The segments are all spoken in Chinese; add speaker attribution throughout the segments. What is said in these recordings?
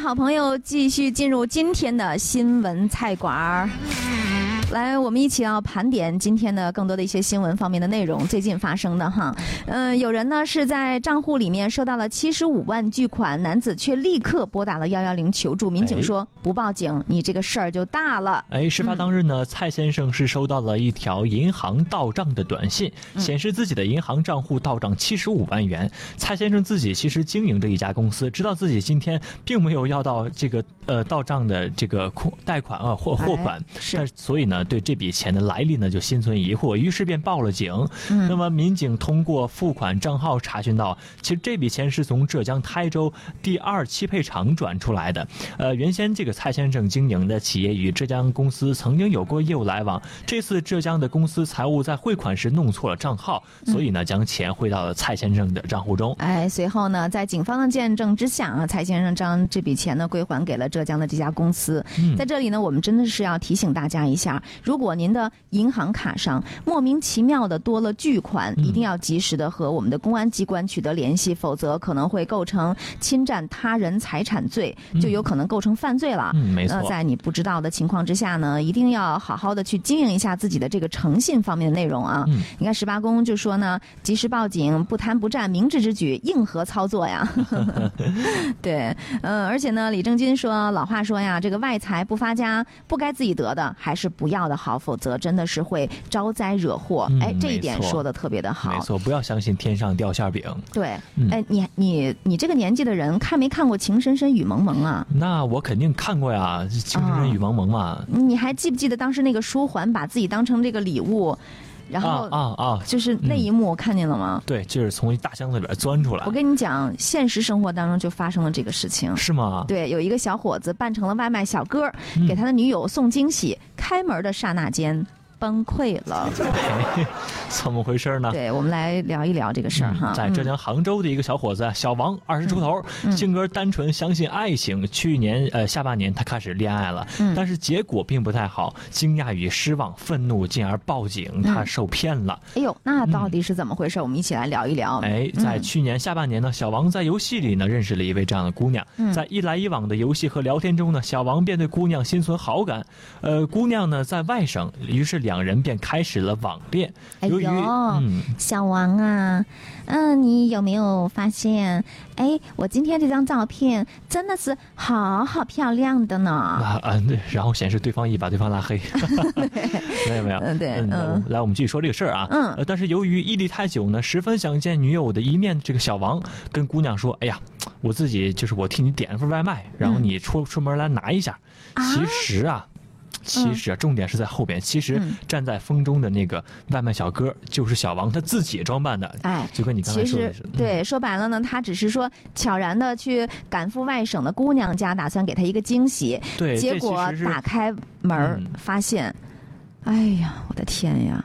Speaker 1: 好朋友继续进入今天的新闻菜馆儿。来，我们一起要盘点今天的更多的一些新闻方面的内容，最近发生的哈。嗯、有人呢是在账户里面收到了七十五万巨款，男子却立刻拨打了幺幺零求助。民警
Speaker 2: 哎
Speaker 1: 说、不报警，你这个事儿就大了。
Speaker 2: 哎，事发当日呢，蔡先生是收到了一条银行到账的短信，显示自己的银行账户到账七十五万元。蔡先生自己其实经营着一家公司，知道自己今天并没有要到这个呃到账的这个款贷款啊或货款，
Speaker 1: 是
Speaker 2: 但所以呢对这笔钱的来历呢就心存疑惑，于是便报了警。
Speaker 1: 嗯
Speaker 2: 那么民警通过付款账号查询到，其实这笔钱是从浙江台州第二汽配厂转出来的。呃，原先这个蔡先生经营的企业与浙江公司曾经有过业务来往，这次浙江的公司财务在汇款时弄错了账号，
Speaker 1: 嗯
Speaker 2: 所以呢将钱汇到了蔡先生的账户中。
Speaker 1: 哎，随后呢，在警方的见证之下啊，蔡先生将这笔钱呢归还给了浙江的这家公司。在这里呢，我们真的是要提醒大家一下，如果您的银行卡上莫名其妙的多了巨款，一定要及时的和我们的公安机关取得联系，否则可能会构成侵占他人财产罪，就有可能构成犯罪了。
Speaker 2: 嗯，没错
Speaker 1: 那。在你不知道的情况之下呢，一定要好好的去经营一下自己的这个诚信方面的内容啊。
Speaker 2: 嗯
Speaker 1: 你看十八公就说呢，及时报警，不贪不占，明智之举，硬核操作 呀。对，嗯，而且呢，李正军说，老话说呀，这个外财不发家，不该自己得的还是不要的好，否则真的是会招灾惹祸。
Speaker 2: 嗯
Speaker 1: 哎，这一
Speaker 2: 没
Speaker 1: 点
Speaker 2: 错
Speaker 1: 说的特别的好
Speaker 2: 没。错，不要相信天上掉馅儿饼。
Speaker 1: 对，
Speaker 2: 嗯
Speaker 1: 哎，你你你这个年纪的人看没看过《情深深雨蒙蒙》啊？
Speaker 2: 那我肯定看过呀，《情深深雨蒙蒙》嘛。
Speaker 1: 你还记不记得当时那个书桓把自己当成这个礼物，然
Speaker 2: 啊
Speaker 1: 后
Speaker 2: 啊啊！
Speaker 1: 就是那一幕看见了吗？
Speaker 2: 对，就是从一大箱子里边钻出来
Speaker 1: 我。跟你讲，现实生活当中就发生了这个事情。
Speaker 2: 是吗？
Speaker 1: 对，有一个小伙子扮成了外卖小哥儿，
Speaker 2: 嗯
Speaker 1: 给他的女友送惊喜，开门的刹那间崩溃了。
Speaker 2: 啊怎么回事呢？
Speaker 1: 对，我们来聊一聊这个事儿哈。嗯
Speaker 2: 嗯在浙江杭州的一个小伙子小王，二十出头，性格单纯，相信爱情。去年呃下半年他开始恋爱了，
Speaker 1: 嗯
Speaker 2: 但是结果并不太好，惊讶与失望、愤怒，进而报
Speaker 1: 嗯
Speaker 2: 警，他受骗了。
Speaker 1: 哎呦，那到底是怎么回事？我们一起来聊一聊。
Speaker 2: 嗯哎，在
Speaker 1: 嗯
Speaker 2: 去年下半年呢，小王在游戏里呢认识了一位这样的姑娘，
Speaker 1: 嗯
Speaker 2: 在一来一往的游戏和聊天中呢，小王便对姑娘心存好感。呃，姑娘呢在外省，于是两人便开始了网恋。
Speaker 1: 哎
Speaker 2: 由于、
Speaker 1: 呦
Speaker 2: 嗯，
Speaker 1: 小王啊，嗯，你有没有发现？哎，我今天这张照片真的是好好漂亮的呢。
Speaker 2: 啊啊，对，然后显示对方已把对方拉黑，没有没有，
Speaker 1: 嗯 对
Speaker 2: 那我
Speaker 1: 嗯
Speaker 2: 来我们继续说这个事儿啊，
Speaker 1: 嗯
Speaker 2: 呃，但是由于异地太久呢，十分想见女友的一面，这个小王跟姑娘说，哎呀，我自己就是我替你点一份外卖，然后
Speaker 1: 嗯
Speaker 2: 你出出门来拿一下，其实啊。其实啊，重点是在后边。其实
Speaker 1: 嗯
Speaker 2: 站在风中的那个外卖小哥就是小王他自己装扮的，
Speaker 1: 哎
Speaker 2: 就跟你刚才
Speaker 1: 其
Speaker 2: 说
Speaker 1: 实
Speaker 2: 的是，嗯
Speaker 1: 对，说白了呢，他只是说悄然的去赶赴外省的姑娘家，打算给她一个惊喜。
Speaker 2: 对，
Speaker 1: 结
Speaker 2: 这其
Speaker 1: 果
Speaker 2: 实是
Speaker 1: 打开门儿
Speaker 2: 嗯
Speaker 1: 发现，哎呀，我的天呀！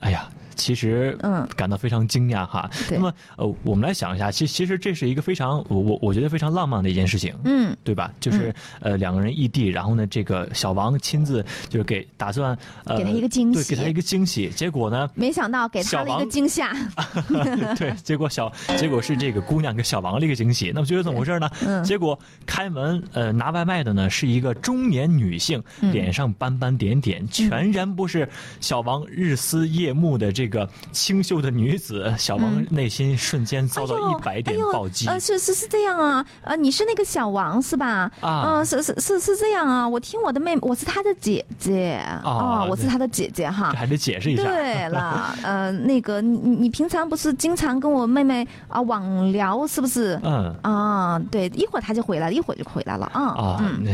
Speaker 2: 哎呀，其实
Speaker 1: 嗯
Speaker 2: 感到非常惊讶哈。
Speaker 1: 对
Speaker 2: 那么呃，我们来想一下，其其实这是一个非常我我我觉得非常浪漫的一件事情。
Speaker 1: 嗯，
Speaker 2: 对吧？就是、呃，两个人异地，然后呢，这个小王亲自就是给打算呃，
Speaker 1: 给他一个惊
Speaker 2: 对，给他
Speaker 1: 喜，
Speaker 2: 一个惊喜。结果呢
Speaker 1: 没想到给他
Speaker 2: 小
Speaker 1: 了一个
Speaker 2: 王
Speaker 1: 惊吓。
Speaker 2: 对，结果小结果是这个姑娘给小王了一个惊喜。那么觉得怎么回事呢？
Speaker 1: 嗯
Speaker 2: 结果开门呃拿外卖的呢是一个中年女性，
Speaker 1: 嗯
Speaker 2: 脸上斑斑点点，全然不是小王日思夜慕的这个清秀的女子。小王
Speaker 1: 嗯
Speaker 2: 内心瞬间遭到一百点暴击。
Speaker 1: 哎哎呦呃，是是是这样啊，呃，你是那个小王是吧？
Speaker 2: 啊
Speaker 1: 呃，是是是是这样啊，我听我的妹，我是她的姐姐
Speaker 2: 哦
Speaker 1: 哦我是她的姐姐哈
Speaker 2: 这。还得解释一下。
Speaker 1: 对了，呃，那个你你你平常不是经常跟我妹妹啊、网聊是不是？
Speaker 2: 嗯
Speaker 1: 啊，对，一会儿她就回来了，一会儿就回来了啊。
Speaker 2: 啊，那、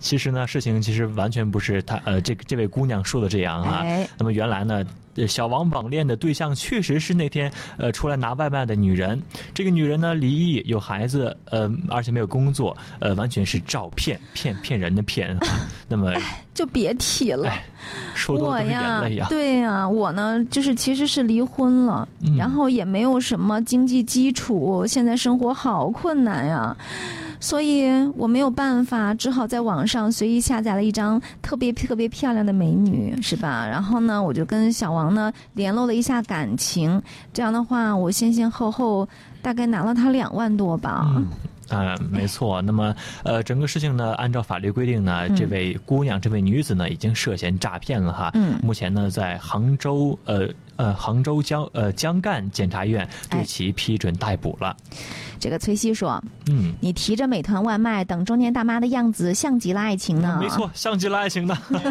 Speaker 2: 其实呢，事情其实完全不是她呃这个这位姑娘说的这样啊。
Speaker 1: 哎
Speaker 2: 那么原来呢，呃小王网恋的对象确实是那天呃出来拿外卖的女人。这个女人呢，离异，有孩子，呃，而且没有工作，呃，完全是照骗骗骗人的骗。 那么
Speaker 1: 就别提了。
Speaker 2: 哎说多
Speaker 1: 哎我
Speaker 2: 了都是眼
Speaker 1: 呀
Speaker 2: 泪呀，。啊
Speaker 1: 对呀，我呢就是其实是离婚了，
Speaker 2: 嗯
Speaker 1: 然后也没有什么经济基础，现在生活好困难呀，所以我没有办法，只好在网上随意下载了一张特别特别漂亮的美女，是吧？然后呢，我就跟小王呢联络了一下感情，这样的话，我先先后后大概拿了他两万多吧。
Speaker 2: 嗯呃，没错。那么，呃，整个事情呢，按照法律规定呢，
Speaker 1: 嗯
Speaker 2: 这位姑娘、这位女子呢，已经涉嫌诈骗了哈。
Speaker 1: 嗯
Speaker 2: 目前呢，在杭州呃呃杭州江呃江干检察院
Speaker 1: 哎
Speaker 2: 对其批准逮捕了。
Speaker 1: 这个崔西说
Speaker 2: 嗯：“，
Speaker 1: 你提着美团外卖等中年大妈的样子，像极了爱情呢。”
Speaker 2: 没。错，像极了爱情的。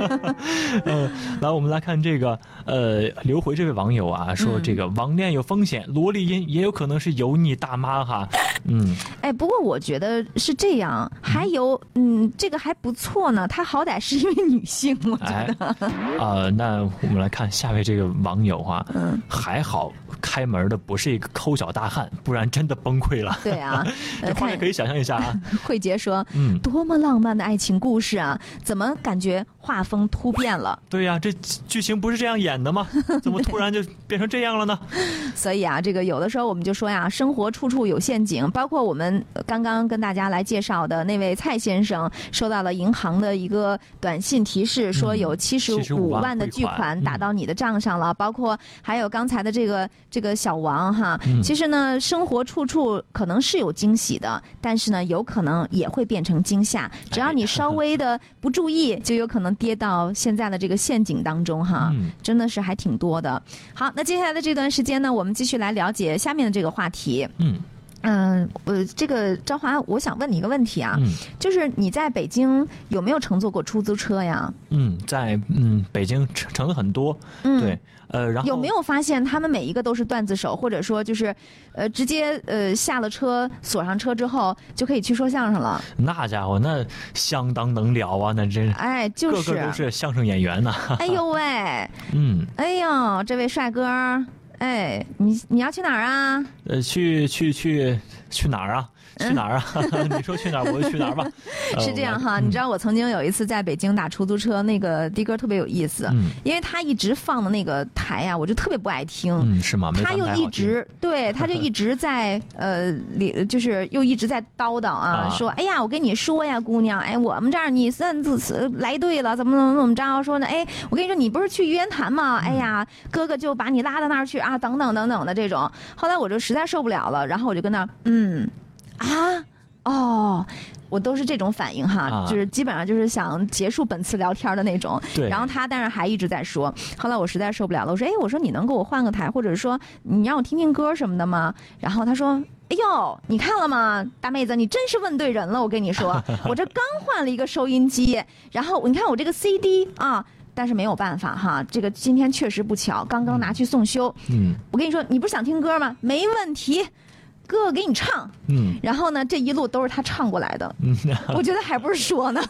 Speaker 2: 呃，来，我们来看这个，呃，刘回这位网友啊，说
Speaker 1: 嗯
Speaker 2: 这个网恋有风险，萝莉音也有可能是油腻大妈哈。 嗯，
Speaker 1: 哎，不过我觉得是这样，还有，嗯，这个还不错呢。她好歹是一位女性，我觉
Speaker 2: 哎
Speaker 1: 得，，
Speaker 2: 呃，那我们来看下位这个网友啊，
Speaker 1: 嗯，
Speaker 2: 还好开门的不是一个抠脚大汉，不然真的崩溃了。
Speaker 1: 对 啊。
Speaker 2: 这
Speaker 1: 呃，
Speaker 2: 画面
Speaker 1: 看
Speaker 2: 可以想象一下啊，
Speaker 1: 慧杰说，
Speaker 2: 嗯，
Speaker 1: 多么浪漫的爱情故事啊！怎么感觉画风突变了？
Speaker 2: 对呀、这剧情不是这样演的吗？ 怎么突然就变成这样了呢？
Speaker 1: 所以啊，这个有的时候我们就说呀，生活处处有陷阱。包括我们呃刚刚跟大家来介绍的那位蔡先生，收到了银行的一个短信提示，说有七十嗯五万的巨款
Speaker 2: 嗯
Speaker 1: 打到你的账上了。包括还有刚才的这个这个小王哈，
Speaker 2: 嗯
Speaker 1: 其实呢，生活处处可能是有惊喜的，但是呢，有可能也会变成惊吓。只要你稍微的不注意，就有可能跌到现在的这个陷阱当中哈。
Speaker 2: 嗯
Speaker 1: 真的是还挺多的。好，那接下来的这段时间呢，我们继续来了解下面的这个话题。
Speaker 2: 嗯
Speaker 1: 嗯，呃，这个张华，我想问你一个问题啊，
Speaker 2: 嗯
Speaker 1: 就是你在北京有没有乘坐过出租车呀？
Speaker 2: 嗯，在嗯北京城城很多，
Speaker 1: 嗯，
Speaker 2: 对，呃，然后
Speaker 1: 有没？有发现他们每一个都是段子手，或者说就是，呃，直接呃下了车锁上车之后就可以去说相声了？
Speaker 2: 那家伙那相当能聊啊，那真是。
Speaker 1: 哎，就
Speaker 2: 个个都是相声演员呐、
Speaker 1: 哎呦喂，
Speaker 2: 嗯，
Speaker 1: 哎呦，这位帅哥儿，哎，你你要去哪儿啊？
Speaker 2: 呃，去去去去哪儿啊？去哪儿啊？ 你说去哪儿，我就去哪 儿吧。呃
Speaker 1: 嗯是这样哈，
Speaker 2: 我
Speaker 1: 你知道我曾经有一次在北京打出租车，那个的哥特别有意思，
Speaker 2: 嗯
Speaker 1: 因为他一直放的那个台啊呀、我就特别不爱听。
Speaker 2: 嗯，是吗？没
Speaker 1: 他
Speaker 2: 咱
Speaker 1: 又
Speaker 2: 们太好
Speaker 1: 一直对，他就一直在呃里，就是又一直在叨叨啊，
Speaker 2: 啊
Speaker 1: 说哎呀，我跟你说呀，姑娘，哎，我们这儿你算来对了，怎么怎么怎么着？说呢，哎，我跟你说，你不是去玉渊潭吗？哎呀，
Speaker 2: 嗯
Speaker 1: 哥哥就把你拉到那儿去啊，等等等等的这种。后来我就实在受不了了，然后我就跟那儿嗯啊哦。我都是这种反应哈，
Speaker 2: 啊
Speaker 1: 就是基本上就是想结束本次聊天的那种。
Speaker 2: 对
Speaker 1: 然后他但是还一直在说，后来我实在受不了了，我说：“哎，我说你能给我换个台，或者说你让我听听歌什么的吗？”然后他说。哎呦，你看了吗，大妹子，你真是问对人了。我跟你说，我这刚换了一个收音机，然后你看我这个 CD 啊，但是没有办法哈，这个今天确实不巧，刚刚拿去送修。
Speaker 2: 嗯
Speaker 1: 我跟你说，你不是想听歌吗？没问题，哥哥给你唱。
Speaker 2: 嗯，
Speaker 1: 然后呢，这一路都是他唱过来的，我觉得还不是说呢。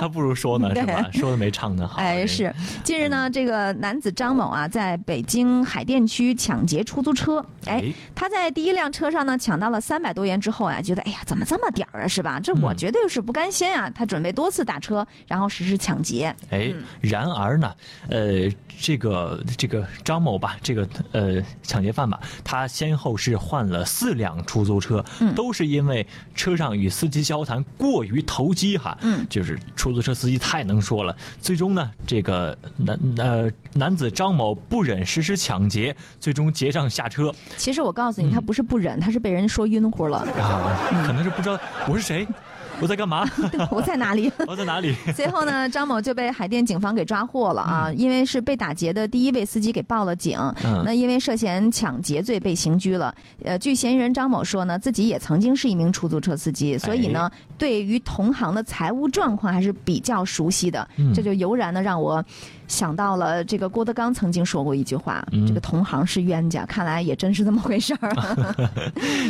Speaker 2: 还不如说 呢，是吧？说的没唱的好。
Speaker 1: 哎，是。近日呢，这个男子张某啊，在北京海淀区抢劫出租车。哎，
Speaker 2: 哎，
Speaker 1: 他在第一辆车上呢抢到了三百多元之后啊，觉得哎呀，怎么这么点儿啊，是吧？这我
Speaker 2: 嗯
Speaker 1: 绝对是不甘心啊！他准备多次打车，然后实施抢劫。
Speaker 2: 哎，然而呢，呃，这个这个张某吧，这个呃抢劫犯吧，他先后是换了四辆出租车，都是因为车上与司机交谈过于投机哈，
Speaker 1: 嗯
Speaker 2: 就是出租车司机太能说了。最终呢，这个男呃男子张某不忍实施抢劫，最终结账下车
Speaker 1: 其实我告诉你，他不是不忍，他是被人说晕乎了，
Speaker 2: 啊，可能是不知道我是谁，我在干嘛，
Speaker 1: 我在哪里？
Speaker 2: 我在哪里。
Speaker 1: 随后呢，张某就被海淀警方给抓获了啊，因为是被打劫的第一位司机给报了警。
Speaker 2: 嗯
Speaker 1: 那因为涉嫌抢劫罪被刑拘了。呃，据嫌疑人张某说呢，自己也曾经是一名出租车司机，所以呢，
Speaker 2: 哎
Speaker 1: 对于同行的财务状况还是比较熟悉的。
Speaker 2: 嗯
Speaker 1: 这就油然的让我想到了这个郭德纲曾经说过一句话：“
Speaker 2: 嗯
Speaker 1: 这个同行是冤家。”看来也真是这么回事 儿。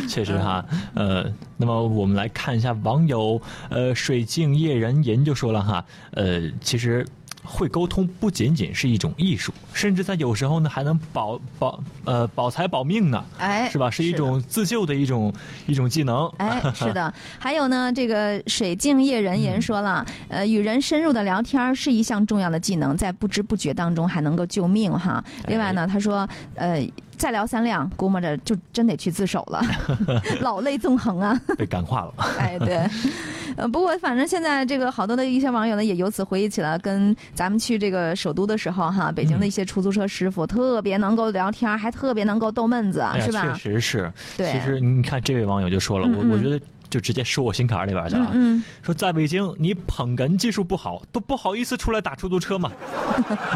Speaker 2: 确实哈，呃，那么我们来看一下网友，呃，水镜夜人吟就说了哈，呃，其实会沟通不仅仅是一种艺术，甚至在有时候呢还能保保呃保财保命呢，
Speaker 1: 哎，
Speaker 2: 是吧？是一
Speaker 1: 的
Speaker 2: 种自救的一种一种技 能。
Speaker 1: 哎，是 的，还有呢，这个水镜夜人言说了，
Speaker 2: 嗯
Speaker 1: 呃，与人深入的聊天儿是一项重要的技能，在不知不觉当中还能够救命哈。另外
Speaker 2: 哎
Speaker 1: 呢，他说，呃，再聊三两，估摸着就真得去自首 了，老泪纵横啊。
Speaker 2: 被感化了。
Speaker 1: 哎，对。呃，不过反正现在这个好多的一些网友呢，也由此回忆起了跟咱们去这个首都的时候哈，北
Speaker 2: 嗯
Speaker 1: 京的一些出租车师傅、特别能够聊天儿，还特别能够逗闷子，啊
Speaker 2: 哎呀
Speaker 1: 是吧？
Speaker 2: 确实是。
Speaker 1: 对
Speaker 2: 其实你看，这位网友就说了，
Speaker 1: 嗯
Speaker 2: 我
Speaker 1: 嗯
Speaker 2: 我觉得就直接收我心坎儿里边儿去了。啊
Speaker 1: 嗯
Speaker 2: 说在北京，你捧哏技术不好，都不好意思出来打出租车 嘛，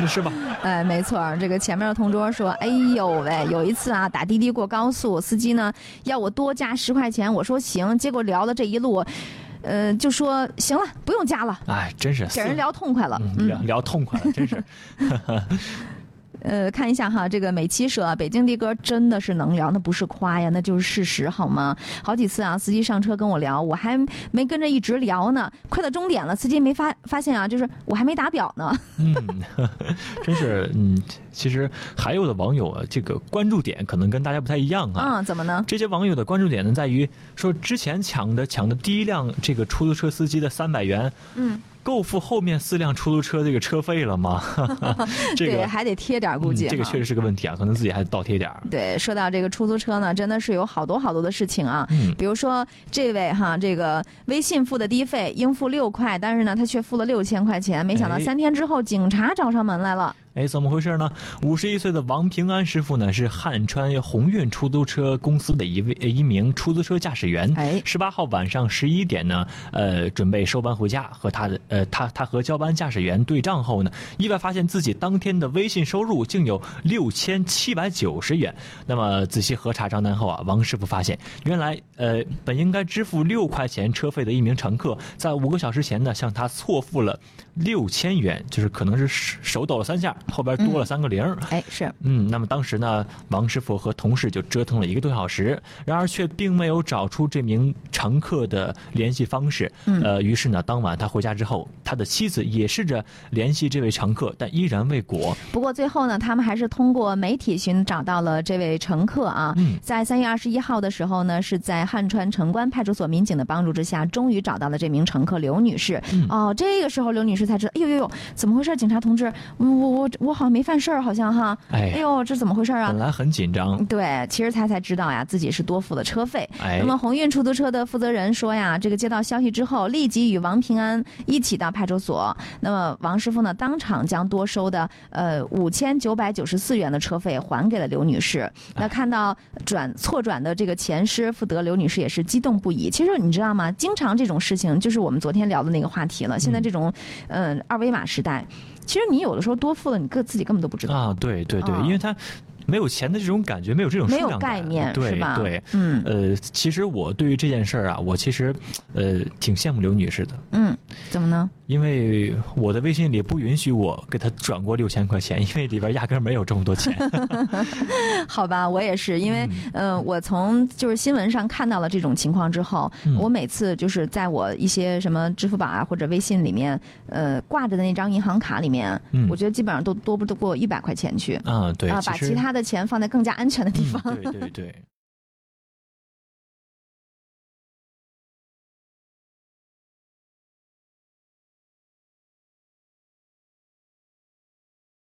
Speaker 2: 是吧？
Speaker 1: 哎，没错儿，这个前面的同桌说：“哎呦喂，有一次啊，打滴滴过高速，司机呢要我多加十块钱，我说行，结果聊了这一路，呃，就说行了，不用加了，
Speaker 2: 哎，真是
Speaker 1: 给人聊痛快了。
Speaker 2: 嗯
Speaker 1: 嗯
Speaker 2: 聊聊痛快了，真是。
Speaker 1: 呃，看一下哈，这个美期说北京的哥真的是能聊，那不是夸呀，那就是事实好吗？好几次啊，司机上车跟我聊，我还没跟着一直聊呢，快到终点了，司机没发发现啊，就是我还没打表呢。
Speaker 2: 嗯， 真是，嗯，其实还有的网友啊，这个关注点可能跟大家不太一样啊。
Speaker 1: 嗯，怎么呢？
Speaker 2: 这些网友的关注点呢，在于说之前抢的抢的第一辆这个出租车司机的三百元，
Speaker 1: 嗯，
Speaker 2: 够付后面四辆出租车这个车费 了吗？这
Speaker 1: 对，
Speaker 2: 个
Speaker 1: 还得贴点儿，估
Speaker 2: 嗯
Speaker 1: 计、
Speaker 2: 这个确实是个问题啊，可能自己还得倒贴点儿。
Speaker 1: 对，说到这个出租车呢，真的是有好多好多的事情啊。
Speaker 2: 嗯
Speaker 1: 比如说这位哈，这个微信付的低费应付六块，但是呢，他却付了六千块钱。没想到
Speaker 2: 哎
Speaker 1: 三天之后，警察找上门来了。
Speaker 2: 哎，怎么回事呢？五十一岁的王平安师傅呢，是汉川鸿运出租车公司的一位呃一名出租车驾驶员。
Speaker 1: 哎，
Speaker 2: 十八号晚上十一点呢，呃，准备收班回家，和他的呃，他他和交班驾驶员对账后呢，意外发现自己当天的微信收入竟有六千七百九十元。那么仔细核查账单后啊，王师傅发现，原来呃，本应该支付六块钱车费的一名乘客，在五个小时前呢，向他错付了六千元，就是可能是手手抖了三下，后边多了三个零儿。
Speaker 1: 哎，是
Speaker 2: 嗯，那么当时呢，王师傅和同事就折腾了一个多小时，然而却并没有找出这名乘客的联系方式。
Speaker 1: 嗯
Speaker 2: 呃，于是呢，当晚他回家之后，他的妻子也试着联系这位乘客，但依然未果。
Speaker 1: 不过最后呢，他们还是通过媒体寻找到了这位乘客啊。
Speaker 2: 嗯
Speaker 1: 在三月二十一号的时候呢，是在汉川城关派出所民警的帮助之下，终于找到了这名乘客刘女士。
Speaker 2: 嗯
Speaker 1: 哦，这个时候刘女士才知道，哎呦呦呦，怎么回事？警察同志，我我我我好像没犯事儿，好像哈。
Speaker 2: 哎
Speaker 1: 哎
Speaker 2: 呀，
Speaker 1: 呦，这怎么回事啊
Speaker 2: 本？来很紧张，
Speaker 1: 对，其实他才知道呀，自己是多付了车费。
Speaker 2: 哎
Speaker 1: 那，么鸿运出租车的负责人说呀，这个接到消息之后，立即与王平安一起到派出所。那么王师傅呢，当场将多收的呃五千九百九十四元的车费还给了刘女士。
Speaker 2: 哎
Speaker 1: 那看到转错转的这个钱师傅得，刘女士也是激动不已。其实你知道吗？经常这种事情，就是我们昨天聊的那个话题了。现在这种嗯、呃二维码时代，其实你有的时候多付了，你个自己根本都不知道。
Speaker 2: 啊，对对对，
Speaker 1: 啊
Speaker 2: 因为他没有钱的这种感觉，没有这种
Speaker 1: 没
Speaker 2: 数
Speaker 1: 有
Speaker 2: 量
Speaker 1: 概
Speaker 2: 感
Speaker 1: 念
Speaker 2: 对
Speaker 1: 是吧？
Speaker 2: 对。
Speaker 1: 嗯
Speaker 2: 呃，其实我对于这件事儿啊，我其实，呃，挺羡慕刘女士的。
Speaker 1: 嗯，怎么呢？
Speaker 2: 因为我的微信里不允许我给他转过六千块钱，因为里边压根儿没有这么多钱。
Speaker 1: 好吧，我也是，因为嗯、呃我从就是新闻上看到了这种情况之后，
Speaker 2: 嗯
Speaker 1: 我每次就是在我一些什么支付宝啊或者微信里面，呃，挂着的那张银行卡里面，
Speaker 2: 嗯
Speaker 1: 我觉得基本上都多不多过一百块钱去
Speaker 2: 啊，对
Speaker 1: 啊，，把
Speaker 2: 其
Speaker 1: 其
Speaker 2: 实
Speaker 1: 他的钱放在更加安全的地方。
Speaker 2: 嗯对对对。